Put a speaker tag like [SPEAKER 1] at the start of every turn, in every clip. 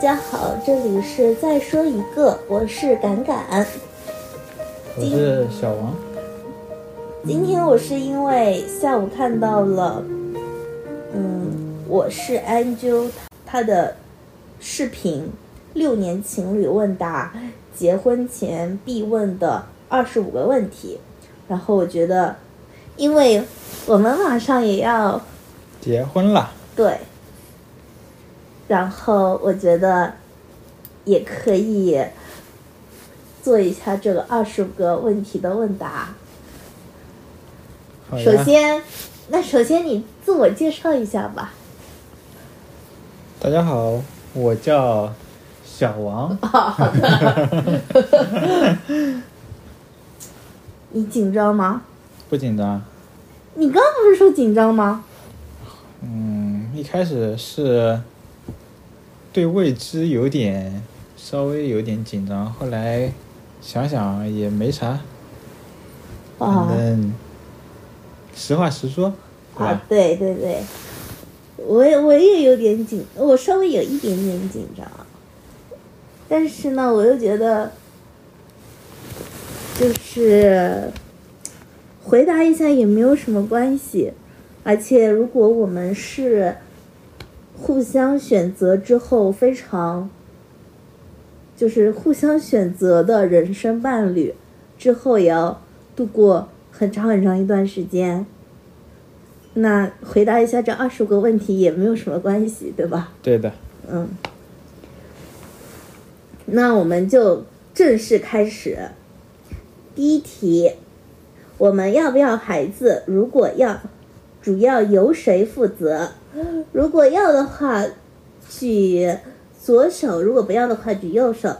[SPEAKER 1] 家好，这里是再说一个，我是敢敢。
[SPEAKER 2] 我是小王。
[SPEAKER 1] 今天我是因为下午看到了，嗯，我是安啾他的视频，六年情侣问答，结婚前必问的二十五个问题，然后我觉得，因为我们马上也要
[SPEAKER 2] 结婚了，
[SPEAKER 1] 对，然后我觉得也可以做一下这个二十五个问题的问答。
[SPEAKER 2] 好呀
[SPEAKER 1] 首，先，那首先你自我介绍一下吧。
[SPEAKER 2] 大家好，我叫小王，
[SPEAKER 1] 哦你紧张吗？
[SPEAKER 2] 不紧张。
[SPEAKER 1] 你刚不是说紧张吗？
[SPEAKER 2] 嗯，一开始是对未知有点稍微有点紧张，后来想想也没啥，反嗯
[SPEAKER 1] 啊
[SPEAKER 2] 正实话实说，对
[SPEAKER 1] 啊
[SPEAKER 2] 吧？，
[SPEAKER 1] 对对对，我也我也有点紧，我稍微有一点点紧张，但是呢，我又觉得，就是回答一下也没有什么关系，而且如果我们是互相选择之后非常。就是互相选择的人生伴侣，之后也要度过很长很长一段时间。那回答一下这二十个问题也没有什么关系，对吧？
[SPEAKER 2] 对的，
[SPEAKER 1] 嗯，那我们就正式开始。第一题，我们要不要孩子？如果要，主要由谁负责？如果要的话，举左手；如果不要的话，举右手。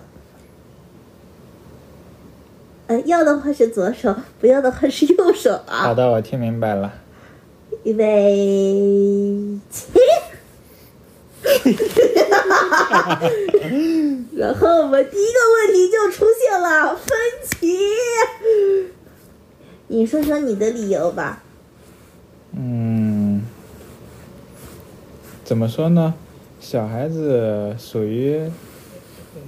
[SPEAKER 1] 呃，要的话是左手，不要的话是右手啊。
[SPEAKER 2] 好的，我听明白了。
[SPEAKER 1] 预备起，然后我们第一个问题就出现了，分歧。你说说你的理由吧。
[SPEAKER 2] 嗯，怎么说呢？小孩子属于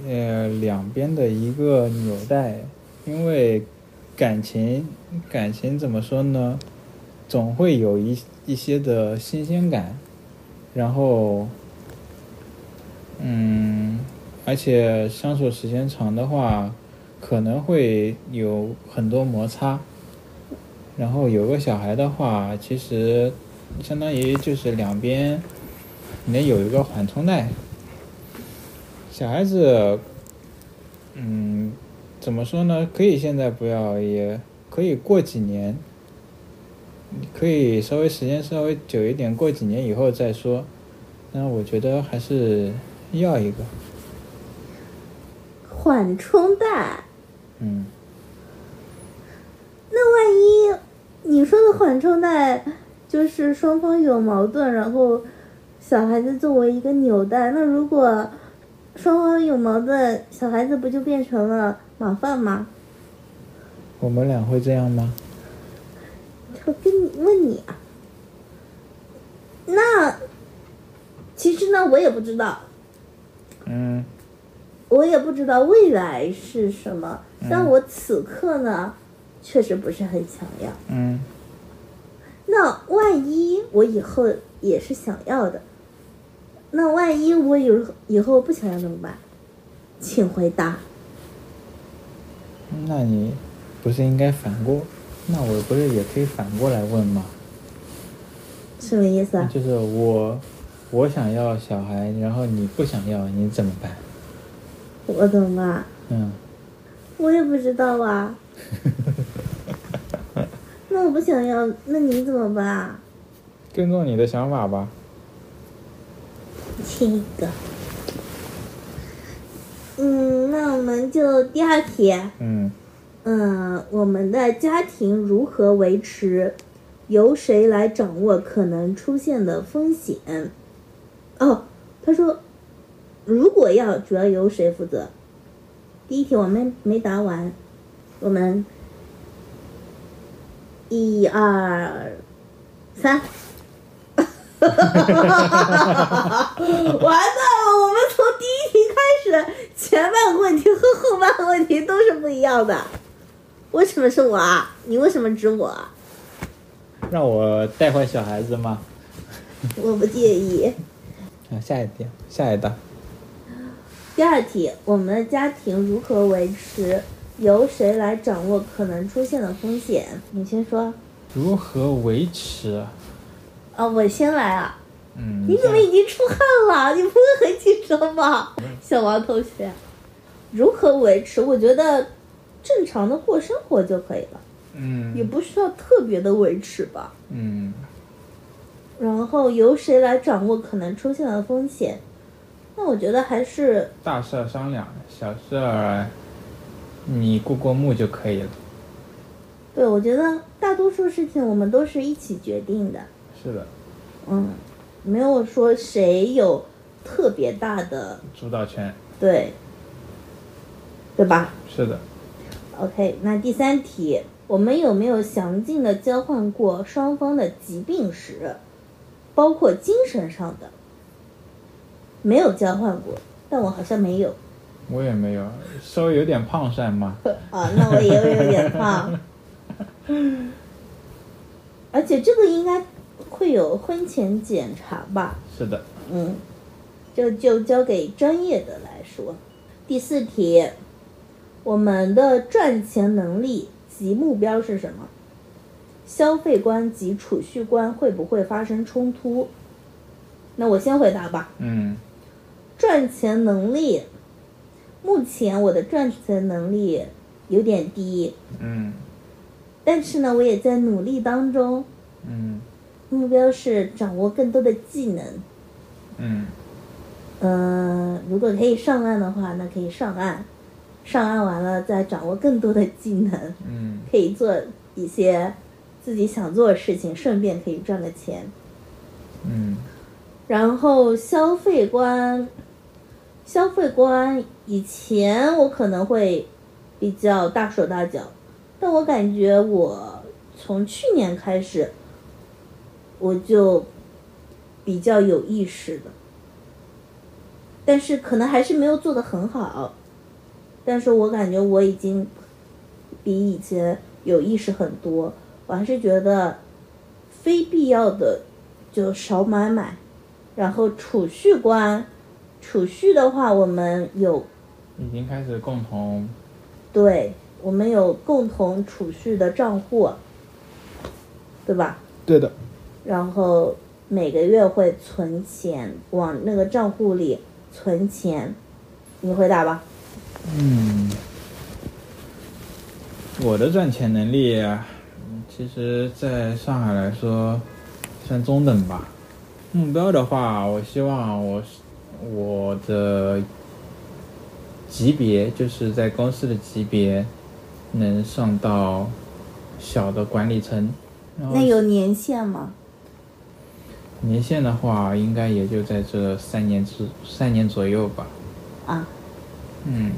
[SPEAKER 2] 呃两边的一个纽带，因为感情感情怎么说呢？总会有一一些的新鲜感，然后嗯，而且相处时间长的话，可能会有很多摩擦。然后有个小孩的话，其实相当于就是两边你得有一个缓冲带。小孩子，嗯，怎么说呢？可以现在不要，也可以过几年，可以稍微时间稍微久一点，过几年以后再说。但我觉得还是要一个，
[SPEAKER 1] 缓冲带，
[SPEAKER 2] 嗯，
[SPEAKER 1] 那万一你说的缓冲带就是双方有矛盾，然后小孩子作为一个纽带，那如果双方有矛盾，小孩子不就变成了麻烦吗？
[SPEAKER 2] 我们俩会这样吗？
[SPEAKER 1] 我跟你问你啊，那其实呢，我也不知道，
[SPEAKER 2] 嗯，
[SPEAKER 1] 我也不知道未来是什么，
[SPEAKER 2] 嗯
[SPEAKER 1] 但我此刻呢，确实不是很想要。
[SPEAKER 2] 嗯，
[SPEAKER 1] 那万一我以后也是想要的，那万一我以后以后不想要怎么办？请回答。
[SPEAKER 2] 那你不是应该反过？那我不是也可以反过来问吗？
[SPEAKER 1] 什么意思啊？
[SPEAKER 2] 就是我，我想要小孩，然后你不想要，你怎么办？
[SPEAKER 1] 我怎么办？
[SPEAKER 2] 嗯，
[SPEAKER 1] 我也不知道啊。那我不想要，那你怎么办啊？
[SPEAKER 2] 尊重你的想法吧。
[SPEAKER 1] 亲一个。嗯，那我们就第二题。
[SPEAKER 2] 嗯，
[SPEAKER 1] 嗯，我们的家庭如何维持？由谁来掌握可能出现的风险？哦，他说，如果要，主要由谁负责？第一题我们没答完，我们一二三，完蛋了，我们从第一题就是前半个问题和后半个问题都是不一样的。为什么是我啊？你为什么指我啊？
[SPEAKER 2] 让我带坏小孩子吗？
[SPEAKER 1] 我不介意。
[SPEAKER 2] 啊，下一题，下一道。
[SPEAKER 1] 第二题，我们的家庭如何维持？由谁来掌握可能出现的风险？你先说。
[SPEAKER 2] 如何维持？
[SPEAKER 1] 啊，我先来啊。
[SPEAKER 2] 嗯，
[SPEAKER 1] 你怎么已经出汗了？你不会很紧张吧，小王同学？如何维持？我觉得正常的过生活就可以了，也
[SPEAKER 2] 嗯
[SPEAKER 1] 不需要特别的维持吧。
[SPEAKER 2] 嗯，
[SPEAKER 1] 然后由谁来掌握可能出现的风险？那我觉得还是
[SPEAKER 2] 大事儿商量，小事儿你过过目就可以了。
[SPEAKER 1] 对，我觉得大多数事情我们都是一起决定的，
[SPEAKER 2] 是的，
[SPEAKER 1] 嗯，没有说谁有特别大的
[SPEAKER 2] 主导权。
[SPEAKER 1] 对，对吧？
[SPEAKER 2] 是的，
[SPEAKER 1] OK，那第三题，我们有没有详尽的交换过双方的疾病史，包括精神上的？没有交换过，但我好像没有。
[SPEAKER 2] 我也没有，稍微有点胖算吗？
[SPEAKER 1] 啊，那我也有点胖。而且这个应该会有婚前检查吧？
[SPEAKER 2] 是的，
[SPEAKER 1] 嗯，这就交给专业的来说。第四题，我们的赚钱能力及目标是什么？消费观及储蓄观会不会发生冲突？那我先回答吧。
[SPEAKER 2] 嗯
[SPEAKER 1] 赚钱能力，目前我的赚钱能力有点低，
[SPEAKER 2] 嗯
[SPEAKER 1] 但是呢，我也在努力当中。
[SPEAKER 2] 嗯
[SPEAKER 1] 目标是掌握更多的技能。
[SPEAKER 2] 嗯
[SPEAKER 1] 嗯、如果可以上岸的话，那可以上岸。上岸完了，再掌握更多的技能，
[SPEAKER 2] 嗯
[SPEAKER 1] 可以做一些自己想做的事情，顺便可以赚个钱。
[SPEAKER 2] 嗯
[SPEAKER 1] 然后消费观，消费观以前我可能会比较大手大脚，但我感觉我从去年开始，我就比较有意识的，但是可能还是没有做得很好，但是我感觉我已经比以前有意识很多，我还是觉得非必要的就少买买。然后储蓄观，储蓄的话，我们有
[SPEAKER 2] 已经开始共同，
[SPEAKER 1] 对，我们有共同储蓄的账户，对吧？
[SPEAKER 2] 对的，
[SPEAKER 1] 然后每个月会存钱，往那个账户里存钱。你回答吧。
[SPEAKER 2] 嗯，我的赚钱能力，嗯其实在上海来说算中等吧。目标的话，我希望我是我的级别，就是在公司的级别，能上到小的管理层。然后
[SPEAKER 1] 那有年限吗？
[SPEAKER 2] 年限的话，应该也就在这三年之三年左右吧。
[SPEAKER 1] 啊，
[SPEAKER 2] 嗯，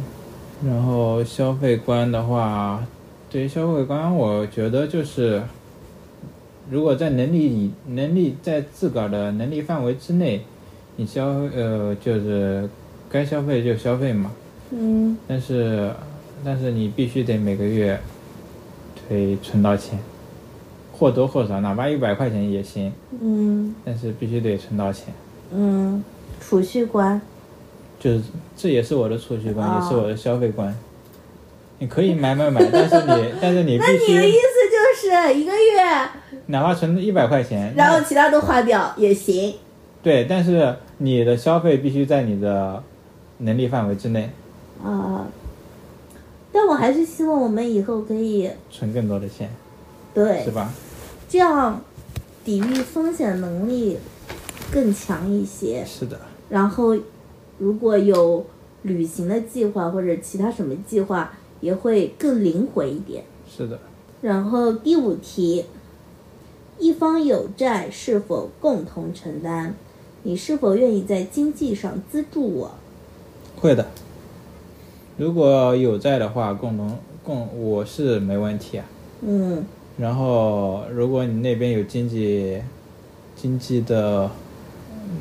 [SPEAKER 2] 然后消费观的话，对于消费观，我觉得就是，如果在能力以能力在自个儿的能力范围之内，你消呃就是该消费就消费嘛，
[SPEAKER 1] 嗯，
[SPEAKER 2] 但是但是你必须得每个月得存到钱，或多或少，哪怕一百块钱也行，
[SPEAKER 1] 嗯
[SPEAKER 2] 但是必须得存到钱。
[SPEAKER 1] 嗯，储蓄观。
[SPEAKER 2] 就是这也是我的储蓄观，
[SPEAKER 1] 啊
[SPEAKER 2] 也是我的消费观。你可以买买 买，但是你但是你必
[SPEAKER 1] 那你的意
[SPEAKER 2] 须，
[SPEAKER 1] 思就是一个月，
[SPEAKER 2] 哪怕存一百块钱，
[SPEAKER 1] 然后其他都花掉也行。
[SPEAKER 2] 对，但是你的消费必须在你的能力范围之内，
[SPEAKER 1] 啊、但我还是希望我们以后可以
[SPEAKER 2] 存更多的钱，
[SPEAKER 1] 对
[SPEAKER 2] 是吧？
[SPEAKER 1] 这样抵御风险能力更强一些。
[SPEAKER 2] 是的，
[SPEAKER 1] 然后，如果有旅行的计划或者其他什么计划，也会更灵活一点。
[SPEAKER 2] 是的，
[SPEAKER 1] 然后第五题，一方有债是否共同承担？你是否愿意在经济上资助我？
[SPEAKER 2] 会的。如果有在的话，共同共我是没问题啊。
[SPEAKER 1] 嗯
[SPEAKER 2] 然后，如果你那边有经济经济的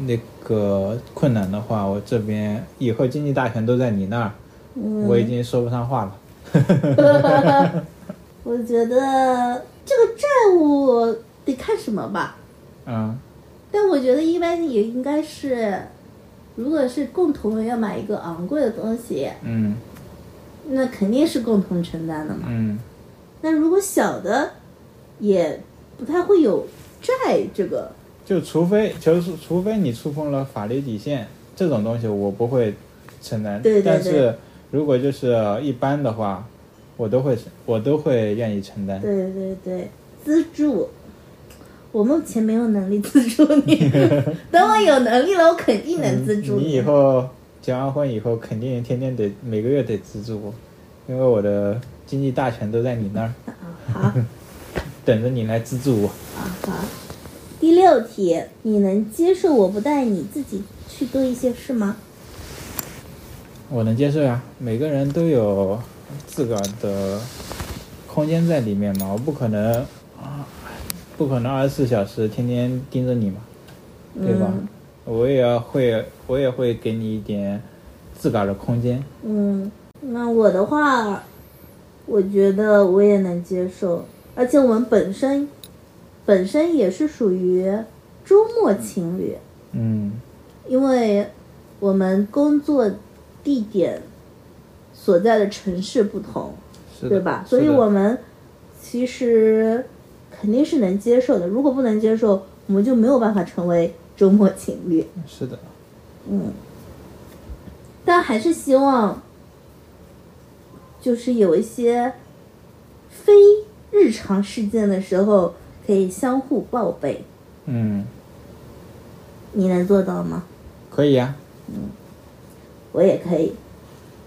[SPEAKER 2] 那个困难的话，我这边以后经济大权都在你那儿，
[SPEAKER 1] 嗯
[SPEAKER 2] 我已经说不上话了。
[SPEAKER 1] 我觉得这个债务得看什么吧，
[SPEAKER 2] 嗯，
[SPEAKER 1] 但我觉得一般也应该是，如果是共同要买一个昂贵的东西，
[SPEAKER 2] 嗯
[SPEAKER 1] 那肯定是共同承担的嘛。
[SPEAKER 2] 嗯
[SPEAKER 1] 那如果小的，也不太会有债这个，
[SPEAKER 2] 就除非就是除非你触碰了法律底线这种东西，我不会承担。
[SPEAKER 1] 对对
[SPEAKER 2] 但
[SPEAKER 1] 对
[SPEAKER 2] 是如果就是一般的话，我都会我都会愿意承担。
[SPEAKER 1] 对对对，资助。我目前没有能力资助 你，等我有能力了，我肯定能呃资助
[SPEAKER 2] 嗯你以后结完婚以后，肯定天天得每个月得资助我，因为我的经济大权都在你 那儿，
[SPEAKER 1] 啊好。
[SPEAKER 2] 等着你来资助我。
[SPEAKER 1] 啊哈。第六题，你能接受我不带你自己去做一些事吗？
[SPEAKER 2] 我能接受啊，每个人都有自个儿的空间在里面嘛，我不可能啊，不可能二十四小时天天盯着你嘛，对吧？
[SPEAKER 1] 嗯
[SPEAKER 2] 我也要会，我也会给你一点自个儿的空间。
[SPEAKER 1] 嗯，那我的话，我觉得我也能接受，而且我们本身本身也是属于周末情侣，
[SPEAKER 2] 嗯
[SPEAKER 1] 因为我们工作地点所在的城市不同，，
[SPEAKER 2] 是的，
[SPEAKER 1] 对吧？所
[SPEAKER 2] 是
[SPEAKER 1] 以
[SPEAKER 2] 的
[SPEAKER 1] 我们其实肯定是能接受的。如果不能接受，我们就没有办法成为周末情侣。
[SPEAKER 2] 是的，
[SPEAKER 1] 嗯，但还是希望就是有一些非日常事件的时候可以相互报备。
[SPEAKER 2] 嗯，
[SPEAKER 1] 你能做到吗？
[SPEAKER 2] 可以啊，
[SPEAKER 1] 我也可以。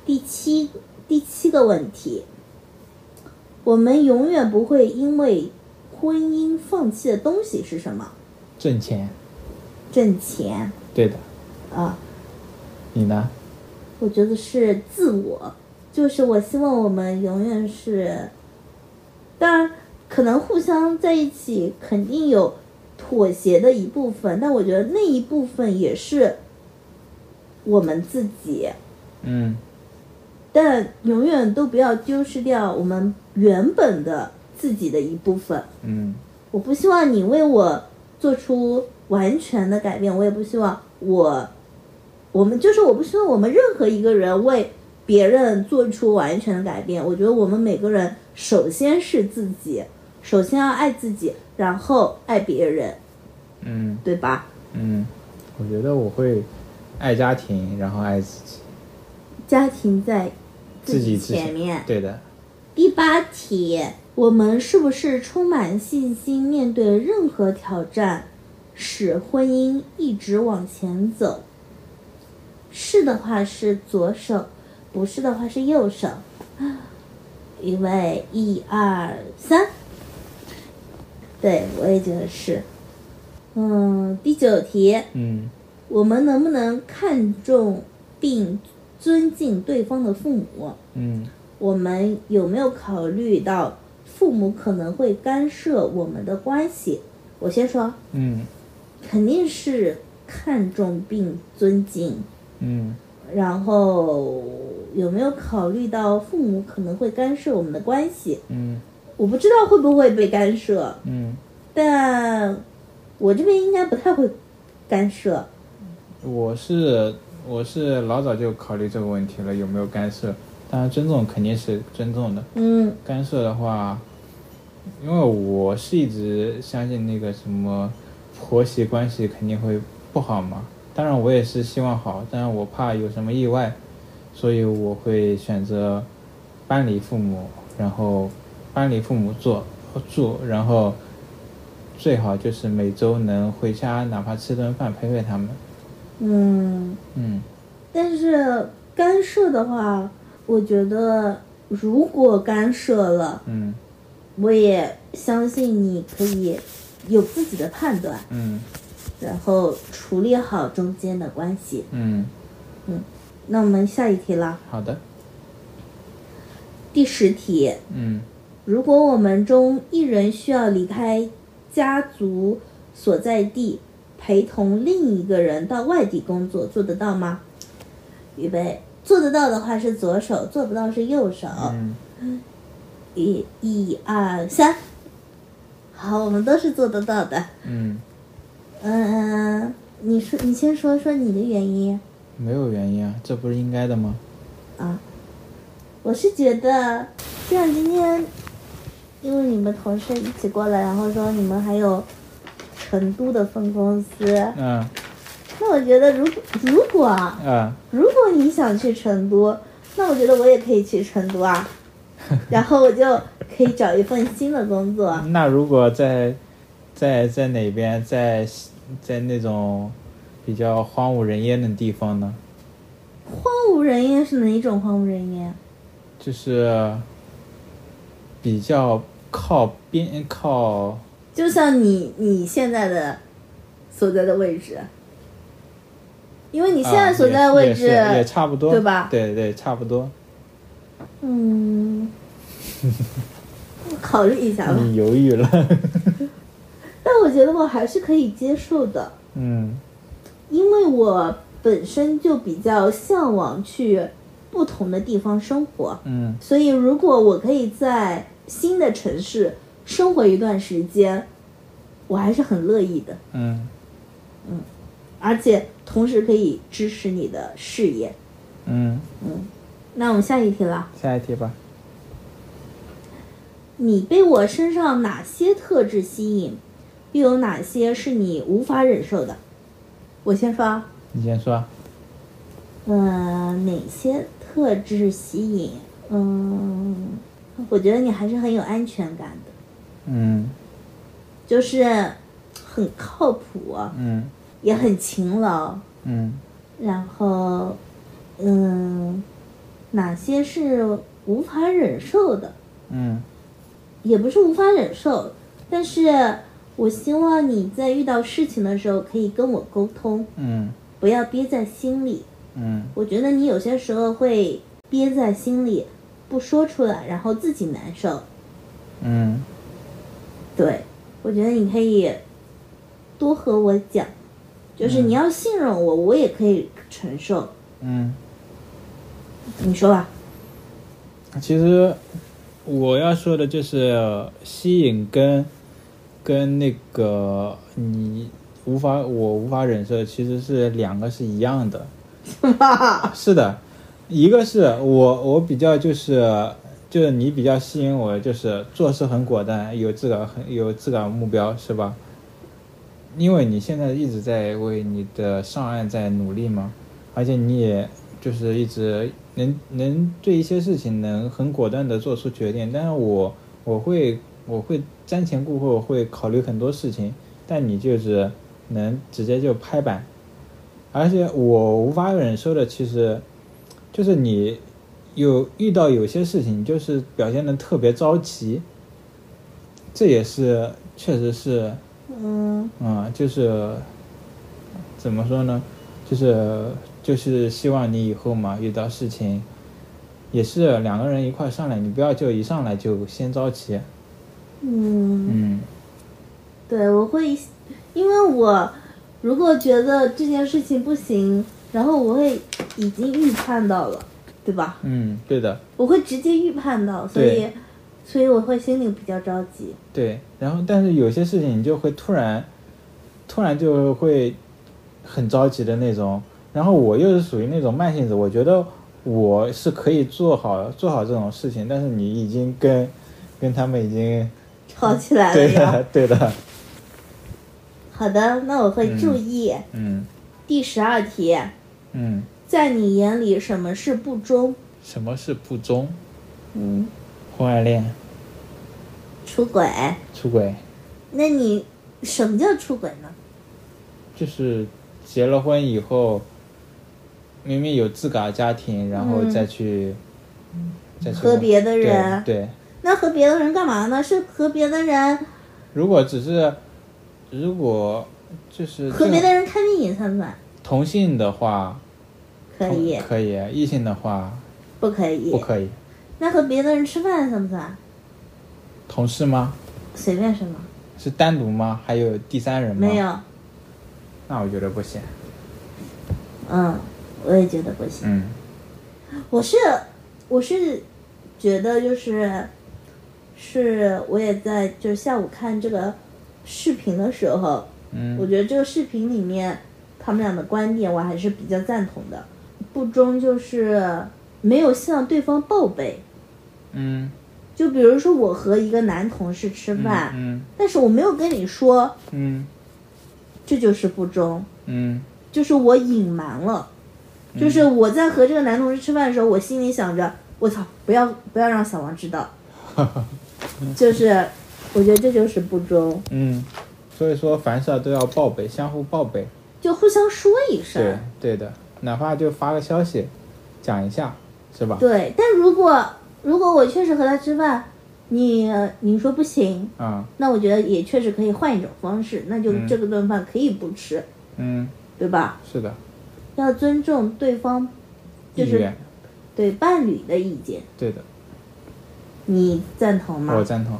[SPEAKER 1] 第七第七个问题，我们永远不会因为婚姻放弃的东西是什么？
[SPEAKER 2] 挣钱，
[SPEAKER 1] 挣钱
[SPEAKER 2] 对的，
[SPEAKER 1] 啊，
[SPEAKER 2] 你呢？
[SPEAKER 1] 我觉得是自我，就是我希望我们永远是，当然可能互相在一起肯定有妥协的一部分，但我觉得那一部分也是我们自己。
[SPEAKER 2] 嗯，
[SPEAKER 1] 但永远都不要丢失掉我们原本的自己的一部分。
[SPEAKER 2] 嗯，
[SPEAKER 1] 我不希望你为我做出完全的改变，我也不希望我，我们就是我不希望我们任何一个人为别人做出完全的改变。我觉得我们每个人首先是自己，首先要爱自己，然后爱别人，
[SPEAKER 2] 嗯，
[SPEAKER 1] 对吧？
[SPEAKER 2] 嗯，我觉得我会爱家庭，然后爱自己，
[SPEAKER 1] 家庭在
[SPEAKER 2] 自己之
[SPEAKER 1] 前面。
[SPEAKER 2] 对的，
[SPEAKER 1] 第八题，我们是不是充满信心面对任何挑战，使婚姻一直往前走？是的话是左手，不是的话是右手。因为一二三，对我也觉得是。嗯，第九题，
[SPEAKER 2] 嗯，
[SPEAKER 1] 我们能不能看重并尊敬对方的父母？
[SPEAKER 2] 嗯，
[SPEAKER 1] 我们有没有考虑到父母可能会干涉我们的关系？我先说，
[SPEAKER 2] 嗯，
[SPEAKER 1] 肯定是看重并尊敬，
[SPEAKER 2] 嗯，
[SPEAKER 1] 然后有没有考虑到父母可能会干涉我们的关系？
[SPEAKER 2] 嗯，
[SPEAKER 1] 我不知道会不会被干涉，
[SPEAKER 2] 嗯，
[SPEAKER 1] 但我这边应该不太会干涉。
[SPEAKER 2] 我是我是老早就考虑这个问题了，有没有干涉？当然，尊重肯定是尊重的。
[SPEAKER 1] 嗯
[SPEAKER 2] 干涉的话，因为我是一直相信那个什么婆媳关系肯定会不好嘛。当然，我也是希望好，但是我怕有什么意外，所以我会选择搬离父母，然后搬离父母做住，然后最好就是每周能回家，哪怕吃顿饭陪陪他们。
[SPEAKER 1] 嗯。
[SPEAKER 2] 嗯
[SPEAKER 1] 但是干涉的话，我觉得如果干涉了，
[SPEAKER 2] 嗯
[SPEAKER 1] 我也相信你可以有自己的判断，
[SPEAKER 2] 嗯
[SPEAKER 1] 然后处理好中间的关系。
[SPEAKER 2] 嗯，
[SPEAKER 1] 那我们下一题啦，
[SPEAKER 2] 好的，
[SPEAKER 1] 第十题，
[SPEAKER 2] 嗯
[SPEAKER 1] 如果我们中一人需要离开家族所在地，陪同另一个人到外地工作，做得到吗？预备，做得到的话是左手，做不到是右手。
[SPEAKER 2] 嗯，
[SPEAKER 1] 一、一、二、三。好，我们都是做得到的。
[SPEAKER 2] 嗯，
[SPEAKER 1] 嗯，你说，你先说说你的原因
[SPEAKER 2] 没有原因啊，这不是应该的吗？
[SPEAKER 1] 啊。我是觉得，就像今天，因为你们同事一起过来，然后说你们还有成都的分公司，
[SPEAKER 2] 嗯
[SPEAKER 1] 那我觉得如果如果啊
[SPEAKER 2] 啊，
[SPEAKER 1] 如果你想去成都，那我觉得我也可以去成都啊，然后我就可以找一份新的工作。
[SPEAKER 2] 那如果在在在哪边，在在那种比较荒无人烟的地方呢？
[SPEAKER 1] 荒无人烟是哪一种荒无人烟？
[SPEAKER 2] 就是比较靠边靠
[SPEAKER 1] 就像你你现在的所在的位置，因为你现在所在的位置，
[SPEAKER 2] 啊也也是也差不多，
[SPEAKER 1] 对吧
[SPEAKER 2] 对对，差不多。
[SPEAKER 1] 嗯，我考虑一下吧。
[SPEAKER 2] 嗯你犹豫了，
[SPEAKER 1] 但我觉得我还是可以接受的，
[SPEAKER 2] 嗯
[SPEAKER 1] 因为我本身就比较向往去不同的地方生活，
[SPEAKER 2] 嗯
[SPEAKER 1] 所以如果我可以在新的城市生活一段时间，我还是很乐意的。
[SPEAKER 2] 嗯
[SPEAKER 1] 而且同时可以支持你的事业。
[SPEAKER 2] 嗯，
[SPEAKER 1] 那我们下一题了，
[SPEAKER 2] 下一题吧。
[SPEAKER 1] 你被我身上哪些特质吸引，又有哪些是你无法忍受的？我先说啊，
[SPEAKER 2] 你先说。
[SPEAKER 1] 嗯，哪些特质吸引？嗯，我觉得你还是很有安全感的，
[SPEAKER 2] 嗯
[SPEAKER 1] 就是很靠谱，啊
[SPEAKER 2] 嗯
[SPEAKER 1] 也很勤劳，
[SPEAKER 2] 嗯
[SPEAKER 1] 然后，嗯，哪些是无法忍受的？
[SPEAKER 2] 嗯
[SPEAKER 1] 也不是无法忍受，但是我希望你在遇到事情的时候可以跟我沟通，
[SPEAKER 2] 嗯
[SPEAKER 1] 不要憋在心里。
[SPEAKER 2] 嗯
[SPEAKER 1] 我觉得你有些时候会憋在心里，不说出来，然后自己难受。
[SPEAKER 2] 嗯
[SPEAKER 1] 对，我觉得你可以多和我讲，就是你要信任我，我也可以承受。
[SPEAKER 2] 嗯。
[SPEAKER 1] 你说吧，
[SPEAKER 2] 其实我要说的就是吸引跟跟那个你无法我无法忍受，其实是两个是一样的。是的，一个是我我比较就是就是你比较吸引我的就是做事很果断，有自个儿很有自个儿目标，是吧？因为你现在一直在为你的上岸在努力嘛，而且你也就是一直能能对一些事情能很果断的做出决定，但是我我会我会瞻前顾后，会考虑很多事情，但你就是能直接就拍板，而且我无法忍受的其实就是你有遇到有些事情就是表现的特别着急，这也是确实是
[SPEAKER 1] 嗯
[SPEAKER 2] 啊、就是怎么说呢？就是就是希望你以后嘛，遇到事情也是两个人一块上来，你不要就一上来就先着急。
[SPEAKER 1] 嗯。
[SPEAKER 2] 嗯
[SPEAKER 1] 对，我会，因为我如果觉得这件事情不行，然后我会已经预判到了，对吧？
[SPEAKER 2] 嗯，对的，
[SPEAKER 1] 我会直接预判到，所以
[SPEAKER 2] 对，
[SPEAKER 1] 所以我会心里比较着急。
[SPEAKER 2] 对。然后但是有些事情你就会突然突然就会很着急的那种。然后我又是属于那种慢性子，我觉得我是可以做好做好这种事情，但是你已经跟跟他们已经
[SPEAKER 1] 吵起来了
[SPEAKER 2] 对
[SPEAKER 1] 呀
[SPEAKER 2] 的！ 对的，
[SPEAKER 1] 好的，那我会注意。
[SPEAKER 2] 嗯
[SPEAKER 1] 第十二题，
[SPEAKER 2] 嗯。
[SPEAKER 1] 在你眼里什么是不忠？
[SPEAKER 2] 什么是不忠？
[SPEAKER 1] 嗯，
[SPEAKER 2] 婚外恋、
[SPEAKER 1] 出轨。
[SPEAKER 2] 出轨，
[SPEAKER 1] 那你什么叫出轨呢？
[SPEAKER 2] 就是结了婚以后，明明有自个儿家庭，然后
[SPEAKER 1] 嗯
[SPEAKER 2] 再去、再去
[SPEAKER 1] 和别的人
[SPEAKER 2] 对。对，
[SPEAKER 1] 那和别的人干嘛呢？是和别的人
[SPEAKER 2] 如果只是如果就是
[SPEAKER 1] 和
[SPEAKER 2] 这
[SPEAKER 1] 别
[SPEAKER 2] 个
[SPEAKER 1] 的人看电影算不算？
[SPEAKER 2] 同性的话，
[SPEAKER 1] 可以
[SPEAKER 2] 同，可以，异性的话
[SPEAKER 1] 不可以？
[SPEAKER 2] 不可以。
[SPEAKER 1] 那和别的人吃饭算不算？
[SPEAKER 2] 同事吗？
[SPEAKER 1] 随便什么？
[SPEAKER 2] 是单独吗？还有第三人吗？
[SPEAKER 1] 没有，
[SPEAKER 2] 那我觉得不行。
[SPEAKER 1] 嗯，我也觉得不行。
[SPEAKER 2] 嗯
[SPEAKER 1] 我是我是觉得就是是我也在就是下午看这个视频的时候，我
[SPEAKER 2] 嗯
[SPEAKER 1] 觉得这个视频里面他们俩的观点我还是比较赞同的。不忠就是没有向对方报备，
[SPEAKER 2] 嗯
[SPEAKER 1] 就比如说我和一个男同事吃饭，
[SPEAKER 2] 嗯
[SPEAKER 1] 但是我没有跟你说，
[SPEAKER 2] 嗯
[SPEAKER 1] 这就是不忠，
[SPEAKER 2] 嗯
[SPEAKER 1] 就是我隐瞒了，就是我在和这个男同事吃饭的时候，我心里想着，我操，不要不要让小王知道，就是我觉得这就是不忠，
[SPEAKER 2] 嗯，所以说凡事都要报备，相互报备。
[SPEAKER 1] 就互相说一
[SPEAKER 2] 对
[SPEAKER 1] 声，
[SPEAKER 2] 对的，哪怕就发个消息，讲一下，是吧？
[SPEAKER 1] 对。但如果如果我确实和他吃饭，你你说不行，
[SPEAKER 2] 啊
[SPEAKER 1] 那我觉得也确实可以换一种方式，那就
[SPEAKER 2] 嗯
[SPEAKER 1] 这个顿饭可以不吃，
[SPEAKER 2] 嗯，
[SPEAKER 1] 对吧？
[SPEAKER 2] 是的，
[SPEAKER 1] 要尊重对方就
[SPEAKER 2] 意
[SPEAKER 1] 是
[SPEAKER 2] 愿，
[SPEAKER 1] 对伴侣的意见，
[SPEAKER 2] 对的，
[SPEAKER 1] 你赞同吗？
[SPEAKER 2] 我赞同。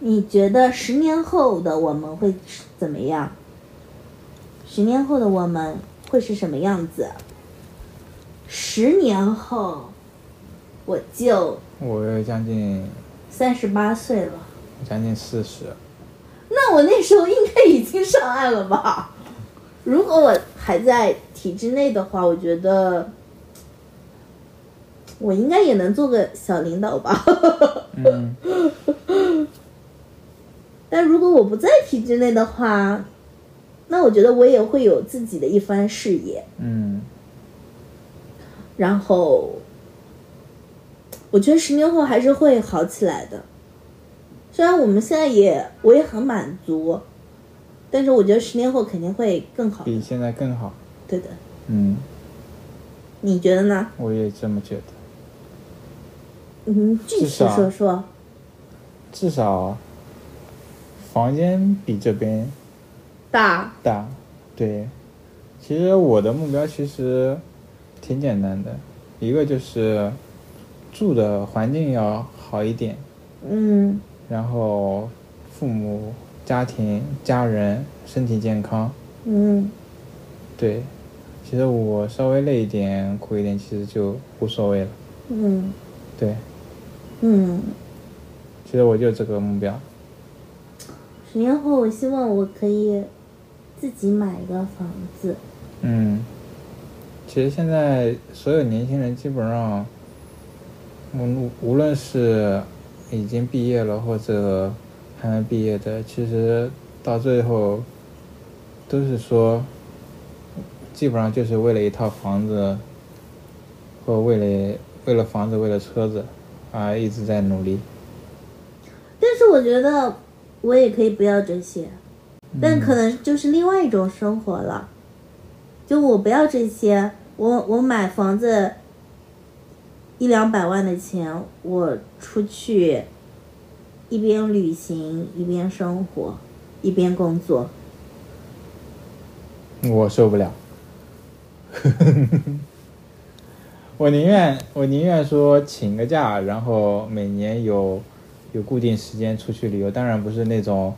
[SPEAKER 1] 你觉得十年后的我们会是怎么样？十年后的我们会是什么样子？十年后，我就
[SPEAKER 2] 我将近
[SPEAKER 1] 三十八岁了。
[SPEAKER 2] 将近四十，
[SPEAKER 1] 那我那时候应该已经上岸了吧？如果我还在体制内的话，我觉得我应该也能做个小领导吧。
[SPEAKER 2] 嗯
[SPEAKER 1] 但如果我不在体制内的话，那我觉得我也会有自己的一番事业。
[SPEAKER 2] 嗯
[SPEAKER 1] 然后，我觉得十年后还是会好起来的。虽然我们现在也我也很满足，但是我觉得十年后肯定会更好。
[SPEAKER 2] 比现在更好。
[SPEAKER 1] 对的，
[SPEAKER 2] 嗯，
[SPEAKER 1] 你觉得呢？
[SPEAKER 2] 我也这么觉得。
[SPEAKER 1] 嗯，具体
[SPEAKER 2] 至少
[SPEAKER 1] 说说。
[SPEAKER 2] 至少房间比这边
[SPEAKER 1] 大，
[SPEAKER 2] 大。对，其实我的目标其实挺简单的，一个就是住的环境要好一点，
[SPEAKER 1] 嗯
[SPEAKER 2] 然后父母、家庭、家人身体健康。
[SPEAKER 1] 嗯
[SPEAKER 2] 对，其实我稍微累一点、苦一点，其实就无所谓了。
[SPEAKER 1] 嗯
[SPEAKER 2] 对，
[SPEAKER 1] 嗯。
[SPEAKER 2] 其实我就这个目标。
[SPEAKER 1] 十年后，我希望我可以自己买一个房子。
[SPEAKER 2] 嗯，其实现在所有年轻人基本上，无无论是已经毕业了或者还没毕业的，其实到最后都是说，基本上就是为了一套房子，或为了为了房子为了车子而一直在努力。
[SPEAKER 1] 但是我觉得我也可以不要这些，但可能就是另外一种生活了。就我不要这些，我我买房子一两百万的钱，我出去一边旅行一边生活一边工作。
[SPEAKER 2] 我受不了。 我宁愿我宁愿说请个假，然后每年有有固定时间出去旅游，当然不是那种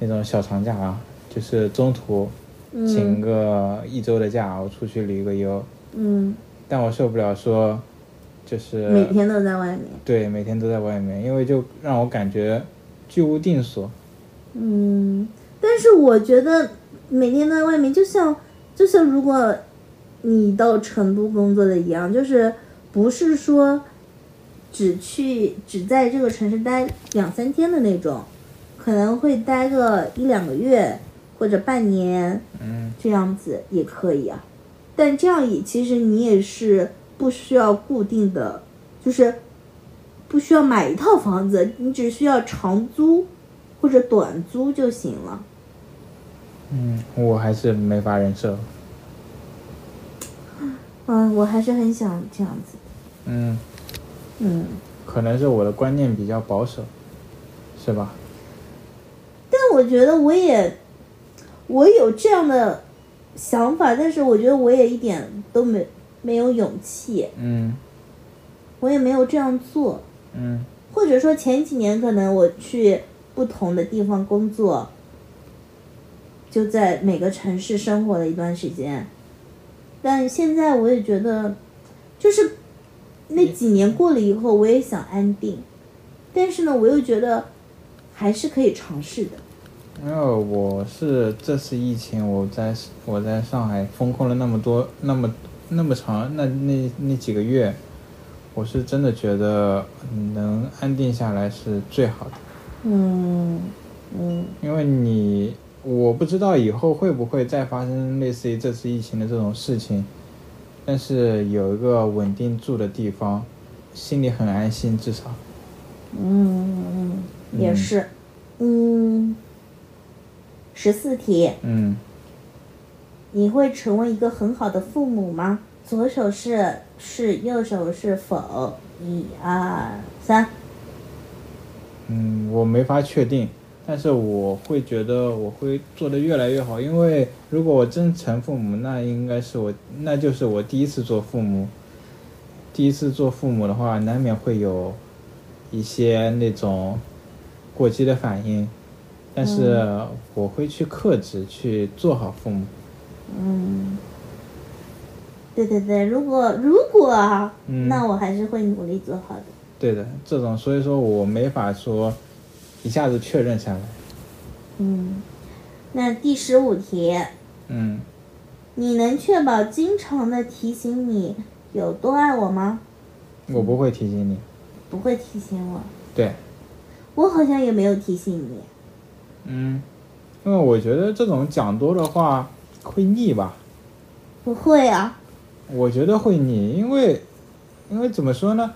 [SPEAKER 2] 那种小长假啊，就是中途请个一周的假，我出去旅个游。
[SPEAKER 1] 嗯，
[SPEAKER 2] 但我受不了说就是
[SPEAKER 1] 每天都在外面。
[SPEAKER 2] 对每天都在外面，因为就让我感觉居无定所。
[SPEAKER 1] 嗯，但是我觉得每天都在外面，就像就像如果你到成都工作的一样，就是不是说只去只在这个城市待两三天的那种，可能会待个一两个月或者半年
[SPEAKER 2] 嗯
[SPEAKER 1] 这样子也可以啊。但这样也其实你也是不需要固定的，就是不需要买一套房子，你只需要长租或者短租就行了。
[SPEAKER 2] 嗯，我还是没法忍受。
[SPEAKER 1] 嗯，我还是很想这样子的。
[SPEAKER 2] 嗯。
[SPEAKER 1] 嗯，
[SPEAKER 2] 可能是我的观念比较保守，是吧？
[SPEAKER 1] 但我觉得我也我有这样的想法，但是我觉得我也一点都没没有勇气，
[SPEAKER 2] 嗯
[SPEAKER 1] 我也没有这样做。
[SPEAKER 2] 嗯
[SPEAKER 1] 或者说前几年可能我去不同的地方工作，就在每个城市生活了一段时间。但现在我也觉得，就是那几年过了以后，我也想安定，但是呢，我又觉得还是可以尝试的。
[SPEAKER 2] 因为我是这次疫情，我在我在上海封控了那么多那么那么长那那那几个月，我是真的觉得能安定下来是最好的。
[SPEAKER 1] 嗯嗯，
[SPEAKER 2] 因为你我不知道以后会不会再发生类似于这次疫情的这种事情，但是有一个稳定住的地方，心里很安心，至少。
[SPEAKER 1] 嗯嗯，也是，嗯，十四题，
[SPEAKER 2] 嗯，
[SPEAKER 1] 你会成为一个很好的父母吗？左手是是，右手是否？一二三，
[SPEAKER 2] 嗯，我没法确定，但是我会觉得我会做得越来越好，因为如果我真成父母，那应该是我，那就是我第一次做父母。第一次做父母的话，难免会有一些那种过激的反应，但是我会去克制，去做好父母。
[SPEAKER 1] 嗯，对对对，如果如果啊，
[SPEAKER 2] 嗯
[SPEAKER 1] 那我还是会努力做好的。
[SPEAKER 2] 对的，这种所以说我没法说一下子确认下来。
[SPEAKER 1] 嗯，那第十五题，
[SPEAKER 2] 嗯，
[SPEAKER 1] 你能确保经常的提醒你有多爱我吗？
[SPEAKER 2] 我不会提醒你。
[SPEAKER 1] 不会提醒我，
[SPEAKER 2] 对，
[SPEAKER 1] 我好像也没有提醒你。
[SPEAKER 2] 嗯，因为我觉得这种讲多的话会腻吧，
[SPEAKER 1] 不会啊，
[SPEAKER 2] 我觉得会腻，因为因为怎么说呢，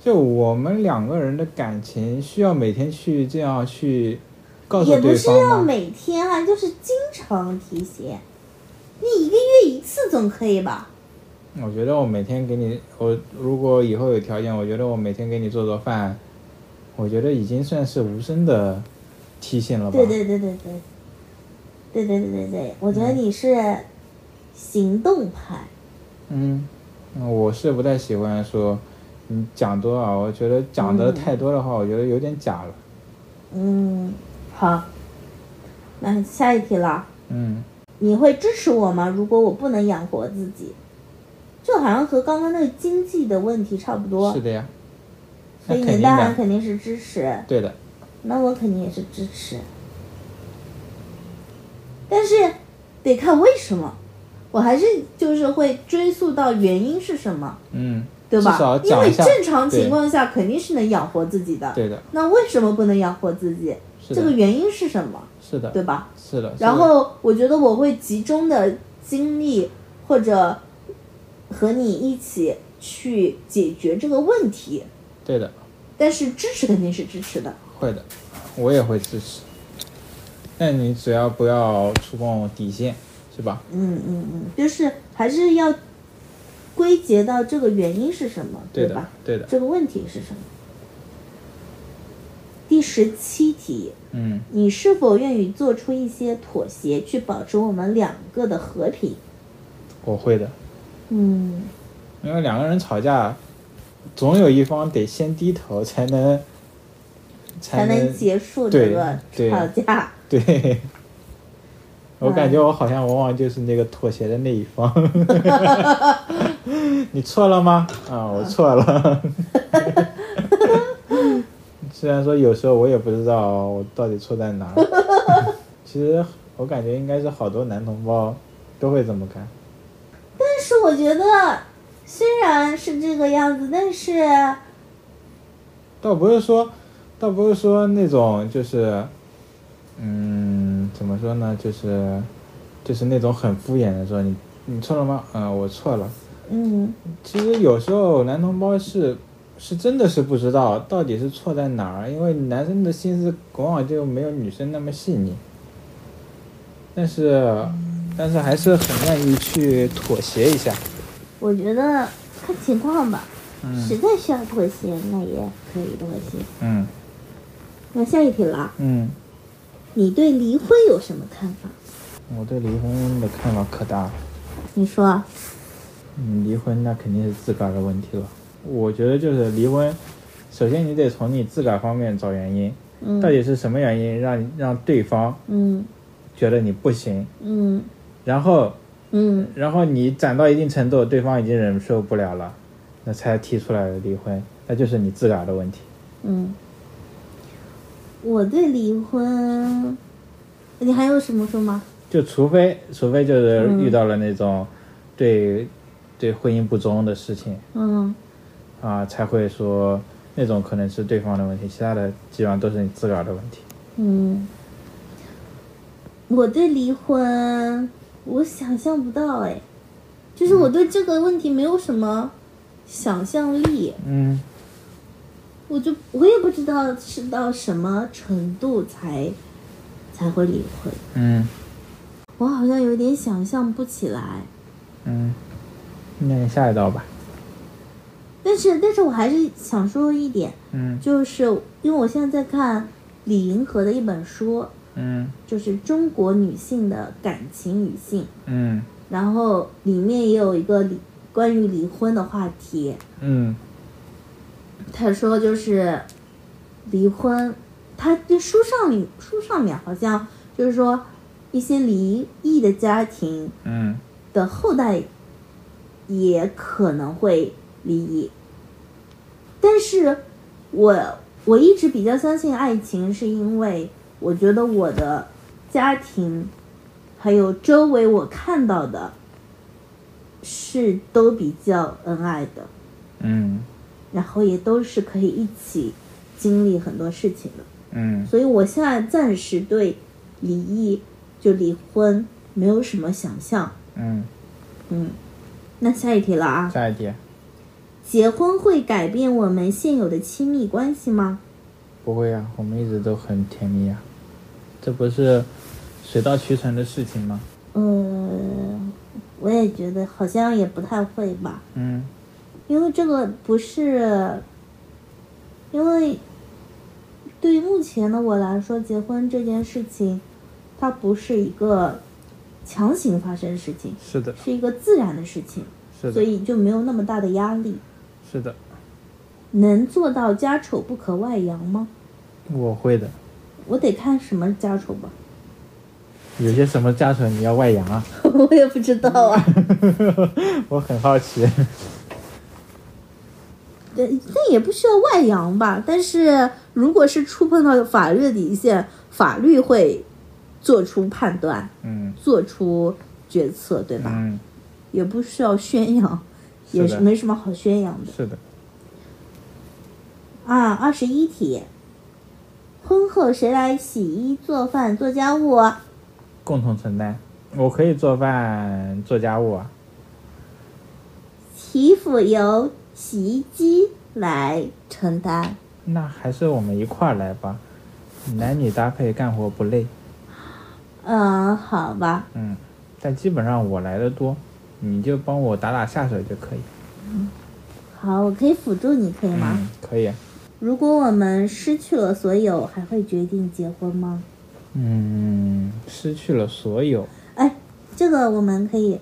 [SPEAKER 2] 就我们两个人的感情需要每天去这样去告诉
[SPEAKER 1] 也不
[SPEAKER 2] 对
[SPEAKER 1] 是要
[SPEAKER 2] 方吗？
[SPEAKER 1] 每天啊，就是经常提醒。你一个月一次总可以吧？
[SPEAKER 2] 我觉得我每天给你，我如果以后有条件，我觉得我每天给你做做饭，我觉得已经算是无声的提醒了吧。
[SPEAKER 1] 对对对对对，对对对对对，我觉得你是行动派。
[SPEAKER 2] 嗯，嗯我是不太喜欢说你讲多少，我觉得讲的太多的话，我觉得有点假了。
[SPEAKER 1] 嗯，好，那下一题了。
[SPEAKER 2] 嗯，
[SPEAKER 1] 你会支持我吗？如果我不能养活自己，就好像和刚刚那个经济的问题差不多
[SPEAKER 2] 是。的呀，
[SPEAKER 1] 所
[SPEAKER 2] 那
[SPEAKER 1] 以
[SPEAKER 2] 肯
[SPEAKER 1] 你
[SPEAKER 2] 定
[SPEAKER 1] 当然
[SPEAKER 2] 的，
[SPEAKER 1] 肯定是支持，
[SPEAKER 2] 对的，
[SPEAKER 1] 那我肯定也是支持。但是得看为什么，我还是就是会追溯到原因是什么，
[SPEAKER 2] 嗯，
[SPEAKER 1] 对吧
[SPEAKER 2] 至少？
[SPEAKER 1] 因
[SPEAKER 2] 讲
[SPEAKER 1] 为
[SPEAKER 2] 一下，
[SPEAKER 1] 正常情
[SPEAKER 2] 对
[SPEAKER 1] 况下肯定是能养活自己的。
[SPEAKER 2] 对的，
[SPEAKER 1] 那为什么不能养活自己？啊这
[SPEAKER 2] 是
[SPEAKER 1] 个
[SPEAKER 2] 的，呃
[SPEAKER 1] 原因是什么？
[SPEAKER 2] 是的，
[SPEAKER 1] 对吧？
[SPEAKER 2] 是的。
[SPEAKER 1] 然
[SPEAKER 2] 是的，
[SPEAKER 1] 后我觉得我会集中的精力或者和你一起去解决这个问题，
[SPEAKER 2] 对的，
[SPEAKER 1] 但是支持肯定是支持的。
[SPEAKER 2] 会的，我也会支持。那你只要不要触碰底线，是吧？
[SPEAKER 1] 嗯嗯嗯，就是还是要归结到这个原因是什么，
[SPEAKER 2] 对的
[SPEAKER 1] 吧？，
[SPEAKER 2] 对的，
[SPEAKER 1] 这个问题是什么？第十七题，
[SPEAKER 2] 嗯，
[SPEAKER 1] 你是否愿意做出一些妥协，去保持我们两个的和平？
[SPEAKER 2] 我会的，
[SPEAKER 1] 嗯，
[SPEAKER 2] 因为两个人吵架，总有一方得先低头，才能，
[SPEAKER 1] 才
[SPEAKER 2] 才
[SPEAKER 1] 能
[SPEAKER 2] 能
[SPEAKER 1] 结束这个
[SPEAKER 2] 对对
[SPEAKER 1] 吵架。
[SPEAKER 2] 对，我感觉我好像往往就是那个妥协的那一方。 你错了吗？啊，我错了。虽然说有时候我也不知道我到底错在哪儿，其实我感觉应该是好多男同胞都会这么干。
[SPEAKER 1] 但是我觉得，虽然是这个样子，但是
[SPEAKER 2] 倒不是说，倒不是说那种就是，嗯，怎么说呢？就是，就是那种很敷衍的说你你错了吗？嗯、我错了。
[SPEAKER 1] 嗯
[SPEAKER 2] 其实有时候男同胞是是真的是不知道到底是错在哪儿，因为男生的心思往往就没有女生那么细腻，但是但是还是很愿意去妥协一下。
[SPEAKER 1] 我觉得看情况吧，实
[SPEAKER 2] 嗯
[SPEAKER 1] 在需要妥协，那也可以妥协。
[SPEAKER 2] 嗯
[SPEAKER 1] 那下一题了，啊
[SPEAKER 2] 嗯，
[SPEAKER 1] 你对离婚有什么看法？
[SPEAKER 2] 我对离婚的看法可大了。
[SPEAKER 1] 你说，
[SPEAKER 2] 嗯，离婚那肯定是自个儿的问题了。我觉得就是离婚，首先你得从你自个儿方面找原因，
[SPEAKER 1] 嗯
[SPEAKER 2] 到底是什么原因让你让对方
[SPEAKER 1] 嗯
[SPEAKER 2] 觉得你不行，
[SPEAKER 1] 嗯
[SPEAKER 2] 然后
[SPEAKER 1] 嗯
[SPEAKER 2] 然后你攒到一定程度，对方已经忍受不了了，那才提出来离婚，那就是你自个儿的问题。
[SPEAKER 1] 嗯，我对离婚，你还有什么说吗？
[SPEAKER 2] 就除非除非就是遇到了那种对、对婚姻不忠的事情
[SPEAKER 1] 嗯
[SPEAKER 2] 啊，才会说那种可能是对方的问题，其他的基本上都是你自个儿的问题。
[SPEAKER 1] 嗯，我对离婚，我想象不到哎，就是我对这个问题没有什么想象力。
[SPEAKER 2] 嗯
[SPEAKER 1] 我就我也不知道是到什么程度才才会离婚，
[SPEAKER 2] 嗯
[SPEAKER 1] 我好像有点想象不起来。
[SPEAKER 2] 嗯，那你下一道吧。
[SPEAKER 1] 但是，但是我还是想说一点，
[SPEAKER 2] 嗯
[SPEAKER 1] 就是因为我现在在看李银河的一本书，
[SPEAKER 2] 嗯
[SPEAKER 1] 就是《中国女性的感情与性》，
[SPEAKER 2] 嗯
[SPEAKER 1] 然后里面也有一个离关于离婚的话题。
[SPEAKER 2] 嗯
[SPEAKER 1] 他说就是离婚，他这书上里书上面好像就是说一些离异的家庭
[SPEAKER 2] 嗯
[SPEAKER 1] 的后代也可能会离异，但是我我一直比较相信爱情，是因为我觉得我的家庭还有周围我看到的是都比较恩爱的。
[SPEAKER 2] 嗯
[SPEAKER 1] 然后也都是可以一起经历很多事情的。
[SPEAKER 2] 嗯
[SPEAKER 1] 所以我现在暂时对离异就离婚没有什么想象。
[SPEAKER 2] 嗯，
[SPEAKER 1] 嗯，那下一题了啊，
[SPEAKER 2] 下一题
[SPEAKER 1] 结婚会改变我们现有的亲密关系吗？
[SPEAKER 2] 不会啊，我们一直都很甜蜜啊，这不是水到渠成的事情吗？
[SPEAKER 1] 嗯，我也觉得好像也不太会吧，
[SPEAKER 2] 嗯
[SPEAKER 1] 因为这个不是，因为对于目前的我来说，结婚这件事情，它不是一个强行发生的事情，
[SPEAKER 2] 是的，
[SPEAKER 1] 是一个自然的事情，
[SPEAKER 2] 是
[SPEAKER 1] 所
[SPEAKER 2] 的，
[SPEAKER 1] 以就没有那么大的压力。
[SPEAKER 2] 是的，
[SPEAKER 1] 能做到家丑不可外扬吗？
[SPEAKER 2] 我会的。
[SPEAKER 1] 我得看什么家丑吧，
[SPEAKER 2] 有些什么家丑你要外扬啊？
[SPEAKER 1] 我也不知道啊。
[SPEAKER 2] 我很好奇。
[SPEAKER 1] 对，但也不需要外扬吧。但是如果是触碰到法律的底线，法律会做出判断。
[SPEAKER 2] 嗯
[SPEAKER 1] 做出决策，对吧？
[SPEAKER 2] 嗯，
[SPEAKER 1] 也不需要宣扬，
[SPEAKER 2] 是的
[SPEAKER 1] 也是没什么好宣扬的
[SPEAKER 2] 是的，
[SPEAKER 1] 啊。二十一题，婚后谁来洗衣、做饭、做家务啊？
[SPEAKER 2] 共同承担。我可以做饭、做家务啊。
[SPEAKER 1] 媳妇由洗衣机来承担。
[SPEAKER 2] 那还是我们一块儿来吧，男女搭配干活不累。
[SPEAKER 1] 嗯，好吧，
[SPEAKER 2] 嗯，但基本上我来的多，你就帮我打打下手就可以。
[SPEAKER 1] 好，我可以辅助你，可以吗？
[SPEAKER 2] 嗯，可以。
[SPEAKER 1] 如果我们失去了所有，还会决定结婚吗？
[SPEAKER 2] 嗯，失去了所有。
[SPEAKER 1] 哎，这个我们可以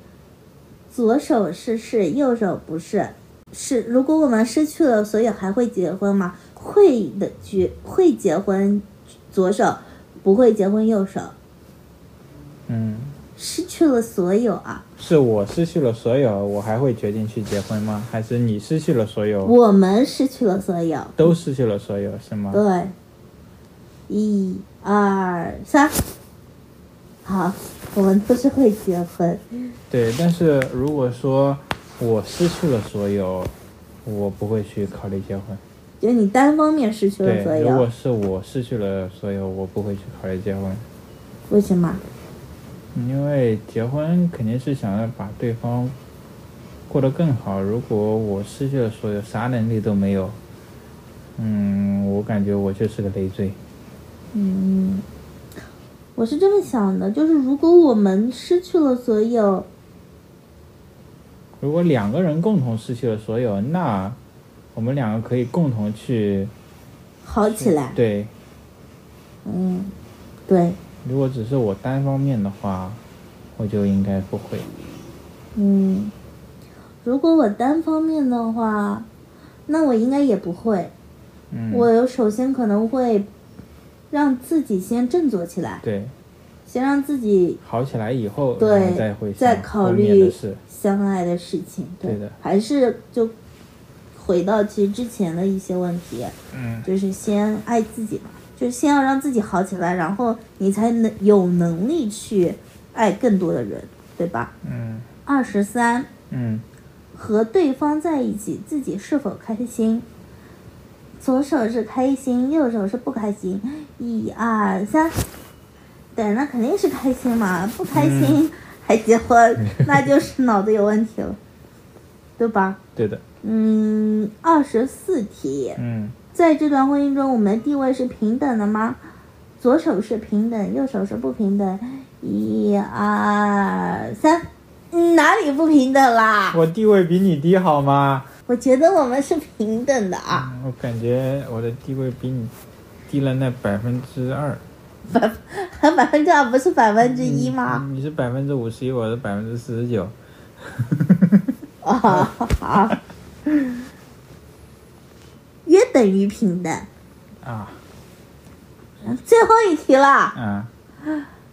[SPEAKER 1] 左手是是，右手不是。是，如果我们失去了所有，还会结婚吗？会的，绝会结婚，左手不会结婚，右手
[SPEAKER 2] 嗯，
[SPEAKER 1] 失去了所有啊。
[SPEAKER 2] 是我失去了所有，我还会决定去结婚吗？还是你失去了所有，
[SPEAKER 1] 我们失去了所有，
[SPEAKER 2] 都失去了所有，是吗？
[SPEAKER 1] 对，一二三，好，我们都是会结婚，
[SPEAKER 2] 对，但是如果说我失去了所有，我不会去考虑结婚。
[SPEAKER 1] 就你单方面失去了所
[SPEAKER 2] 对，如果
[SPEAKER 1] 有，
[SPEAKER 2] 是我失去了所有，我不会去考虑结婚，
[SPEAKER 1] 为什么？
[SPEAKER 2] 因为结婚肯定是想要把对方过得更好。如果我失去了所有，啥能力都没有，嗯，我感觉我就是个累赘。
[SPEAKER 1] 嗯，我是这么想的，就是如果我们失去了所有，
[SPEAKER 2] 如果两个人共同失去了所有，那我们两个可以共同去
[SPEAKER 1] 好起来，
[SPEAKER 2] 对。
[SPEAKER 1] 嗯，对，
[SPEAKER 2] 如果只是我单方面的话，我就应该不会。
[SPEAKER 1] 嗯，如果我单方面的话，那我应该也不会，
[SPEAKER 2] 嗯，
[SPEAKER 1] 我首先可能会让自己先振作起来，
[SPEAKER 2] 对，
[SPEAKER 1] 先让自己
[SPEAKER 2] 好起来以后，
[SPEAKER 1] 对
[SPEAKER 2] 然后再会
[SPEAKER 1] 再
[SPEAKER 2] 想
[SPEAKER 1] 考
[SPEAKER 2] 后面的
[SPEAKER 1] 虑
[SPEAKER 2] 事。
[SPEAKER 1] 相爱的事情。
[SPEAKER 2] 对的
[SPEAKER 1] 还是就回到其实之前的一些问题，
[SPEAKER 2] 嗯，
[SPEAKER 1] 就是先爱自己嘛，就是先要让自己好起来，然后你才能有能力去爱更多的人，对吧？
[SPEAKER 2] 嗯
[SPEAKER 1] 二十三，
[SPEAKER 2] 嗯
[SPEAKER 1] 和对方在一起，自己是否开心？左手是开心，右手是不开心。一二三，对，那肯定是开心嘛，不开心、还结婚，那就是脑子有问题了，对吧？
[SPEAKER 2] 对的，
[SPEAKER 1] 嗯，二十四题，
[SPEAKER 2] 嗯
[SPEAKER 1] 在这段婚姻中，我们的地位是平等的吗？左手是平等，右手是不平等。一二三，嗯哪里不平等啦？
[SPEAKER 2] 我地位比你低好吗？
[SPEAKER 1] 我觉得我们是平等的啊，
[SPEAKER 2] 我感觉我的地位比你低了那百分之二。
[SPEAKER 1] 百还百分之二不是百分之一吗？
[SPEAKER 2] 你是百分之五十一，我是百分之四十九。
[SPEAKER 1] 啊、好，约等于平等。
[SPEAKER 2] 啊
[SPEAKER 1] 最后一题了，
[SPEAKER 2] 啊，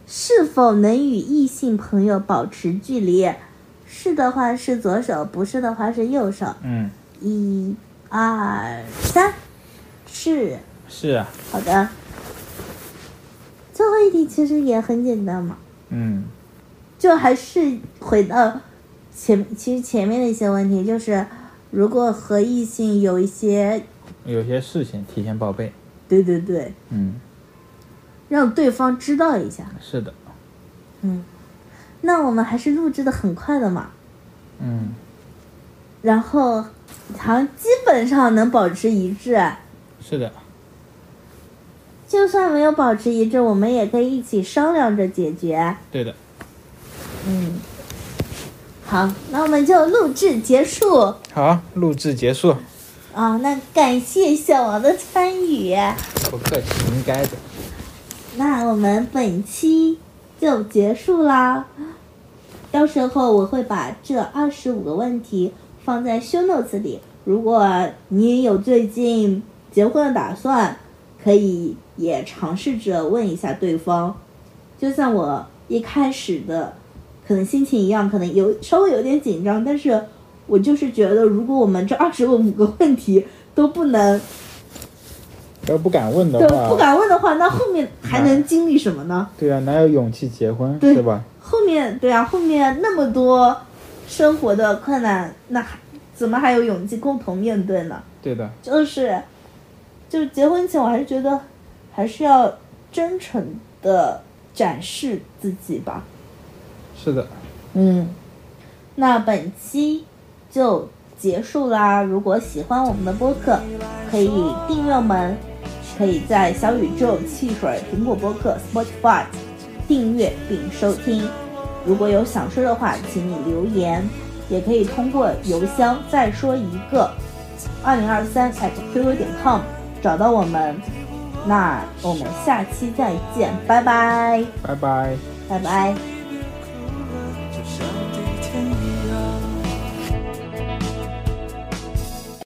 [SPEAKER 1] 是否能与异性朋友保持距离？是的话是左手，不是的话是右手。
[SPEAKER 2] 嗯，
[SPEAKER 1] 一、二、三，是
[SPEAKER 2] 是啊，
[SPEAKER 1] 好的。最后一题其实也很简单嘛。
[SPEAKER 2] 嗯
[SPEAKER 1] 就还是回到前，其实前面的一些问题，就是如果和异性有一些，
[SPEAKER 2] 有些事情提前报备。
[SPEAKER 1] 对对对，
[SPEAKER 2] 嗯，
[SPEAKER 1] 让对方知道一下。
[SPEAKER 2] 是的，
[SPEAKER 1] 嗯，那我们还是录制的很快的嘛，
[SPEAKER 2] 嗯，
[SPEAKER 1] 然后好像基本上能保持一致，
[SPEAKER 2] 是的，
[SPEAKER 1] 就算没有保持一致，我们也可以一起商量着解决。
[SPEAKER 2] 对的。
[SPEAKER 1] 嗯，好，那我们就录制结束。
[SPEAKER 2] 好，录制结束，
[SPEAKER 1] 啊，那感谢小王的参与。
[SPEAKER 2] 不客气，应该的。
[SPEAKER 1] 那我们本期就结束啦。到时候我会把这二十五个问题放在 show notes 里。如果你有最近结婚的打算，可以也尝试着问一下对方。就像我一开始的，可能心情一样，可能有稍微有点紧张，但是我就是觉得，如果我们这二十五个问题都不能
[SPEAKER 2] 要不敢问的
[SPEAKER 1] 都
[SPEAKER 2] 话，
[SPEAKER 1] 不敢问的话，那后面还能经历什么呢？
[SPEAKER 2] 对啊，哪有勇气结婚，
[SPEAKER 1] 对
[SPEAKER 2] 是吧？
[SPEAKER 1] 后面对啊，后面那么多生活的困难，那还怎么还有勇气共同面对呢？
[SPEAKER 2] 对的，
[SPEAKER 1] 就是，就是结婚前，我还是觉得还是要真诚的展示自己吧。
[SPEAKER 2] 是的，
[SPEAKER 1] 嗯，那本期就结束啦。如果喜欢我们的播客，可以订阅我们，可以在小宇宙、汽水、苹果播客、Spotify 订阅并收听。如果有想说的话，请你留言，也可以通过邮箱再说一个二零二三 at qq 点 com 找到我们。那我们下期再见，拜拜，
[SPEAKER 2] 拜拜。
[SPEAKER 1] 拜拜。